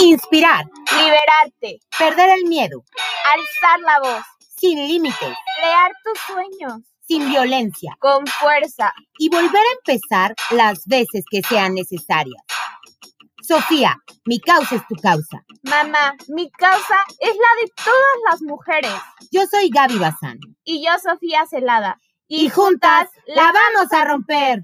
Inspirar, liberarte, perder el miedo, alzar la voz, sin límites, crear tus sueños, sin violencia con fuerza. y volver a empezar las veces que sean necesarias. Sofía, mi causa es tu causa. Mamá, mi causa es la de todas las mujeres. Yo soy Gaby Bazán Y yo, Sofía Celada. y juntas la vamos a romper.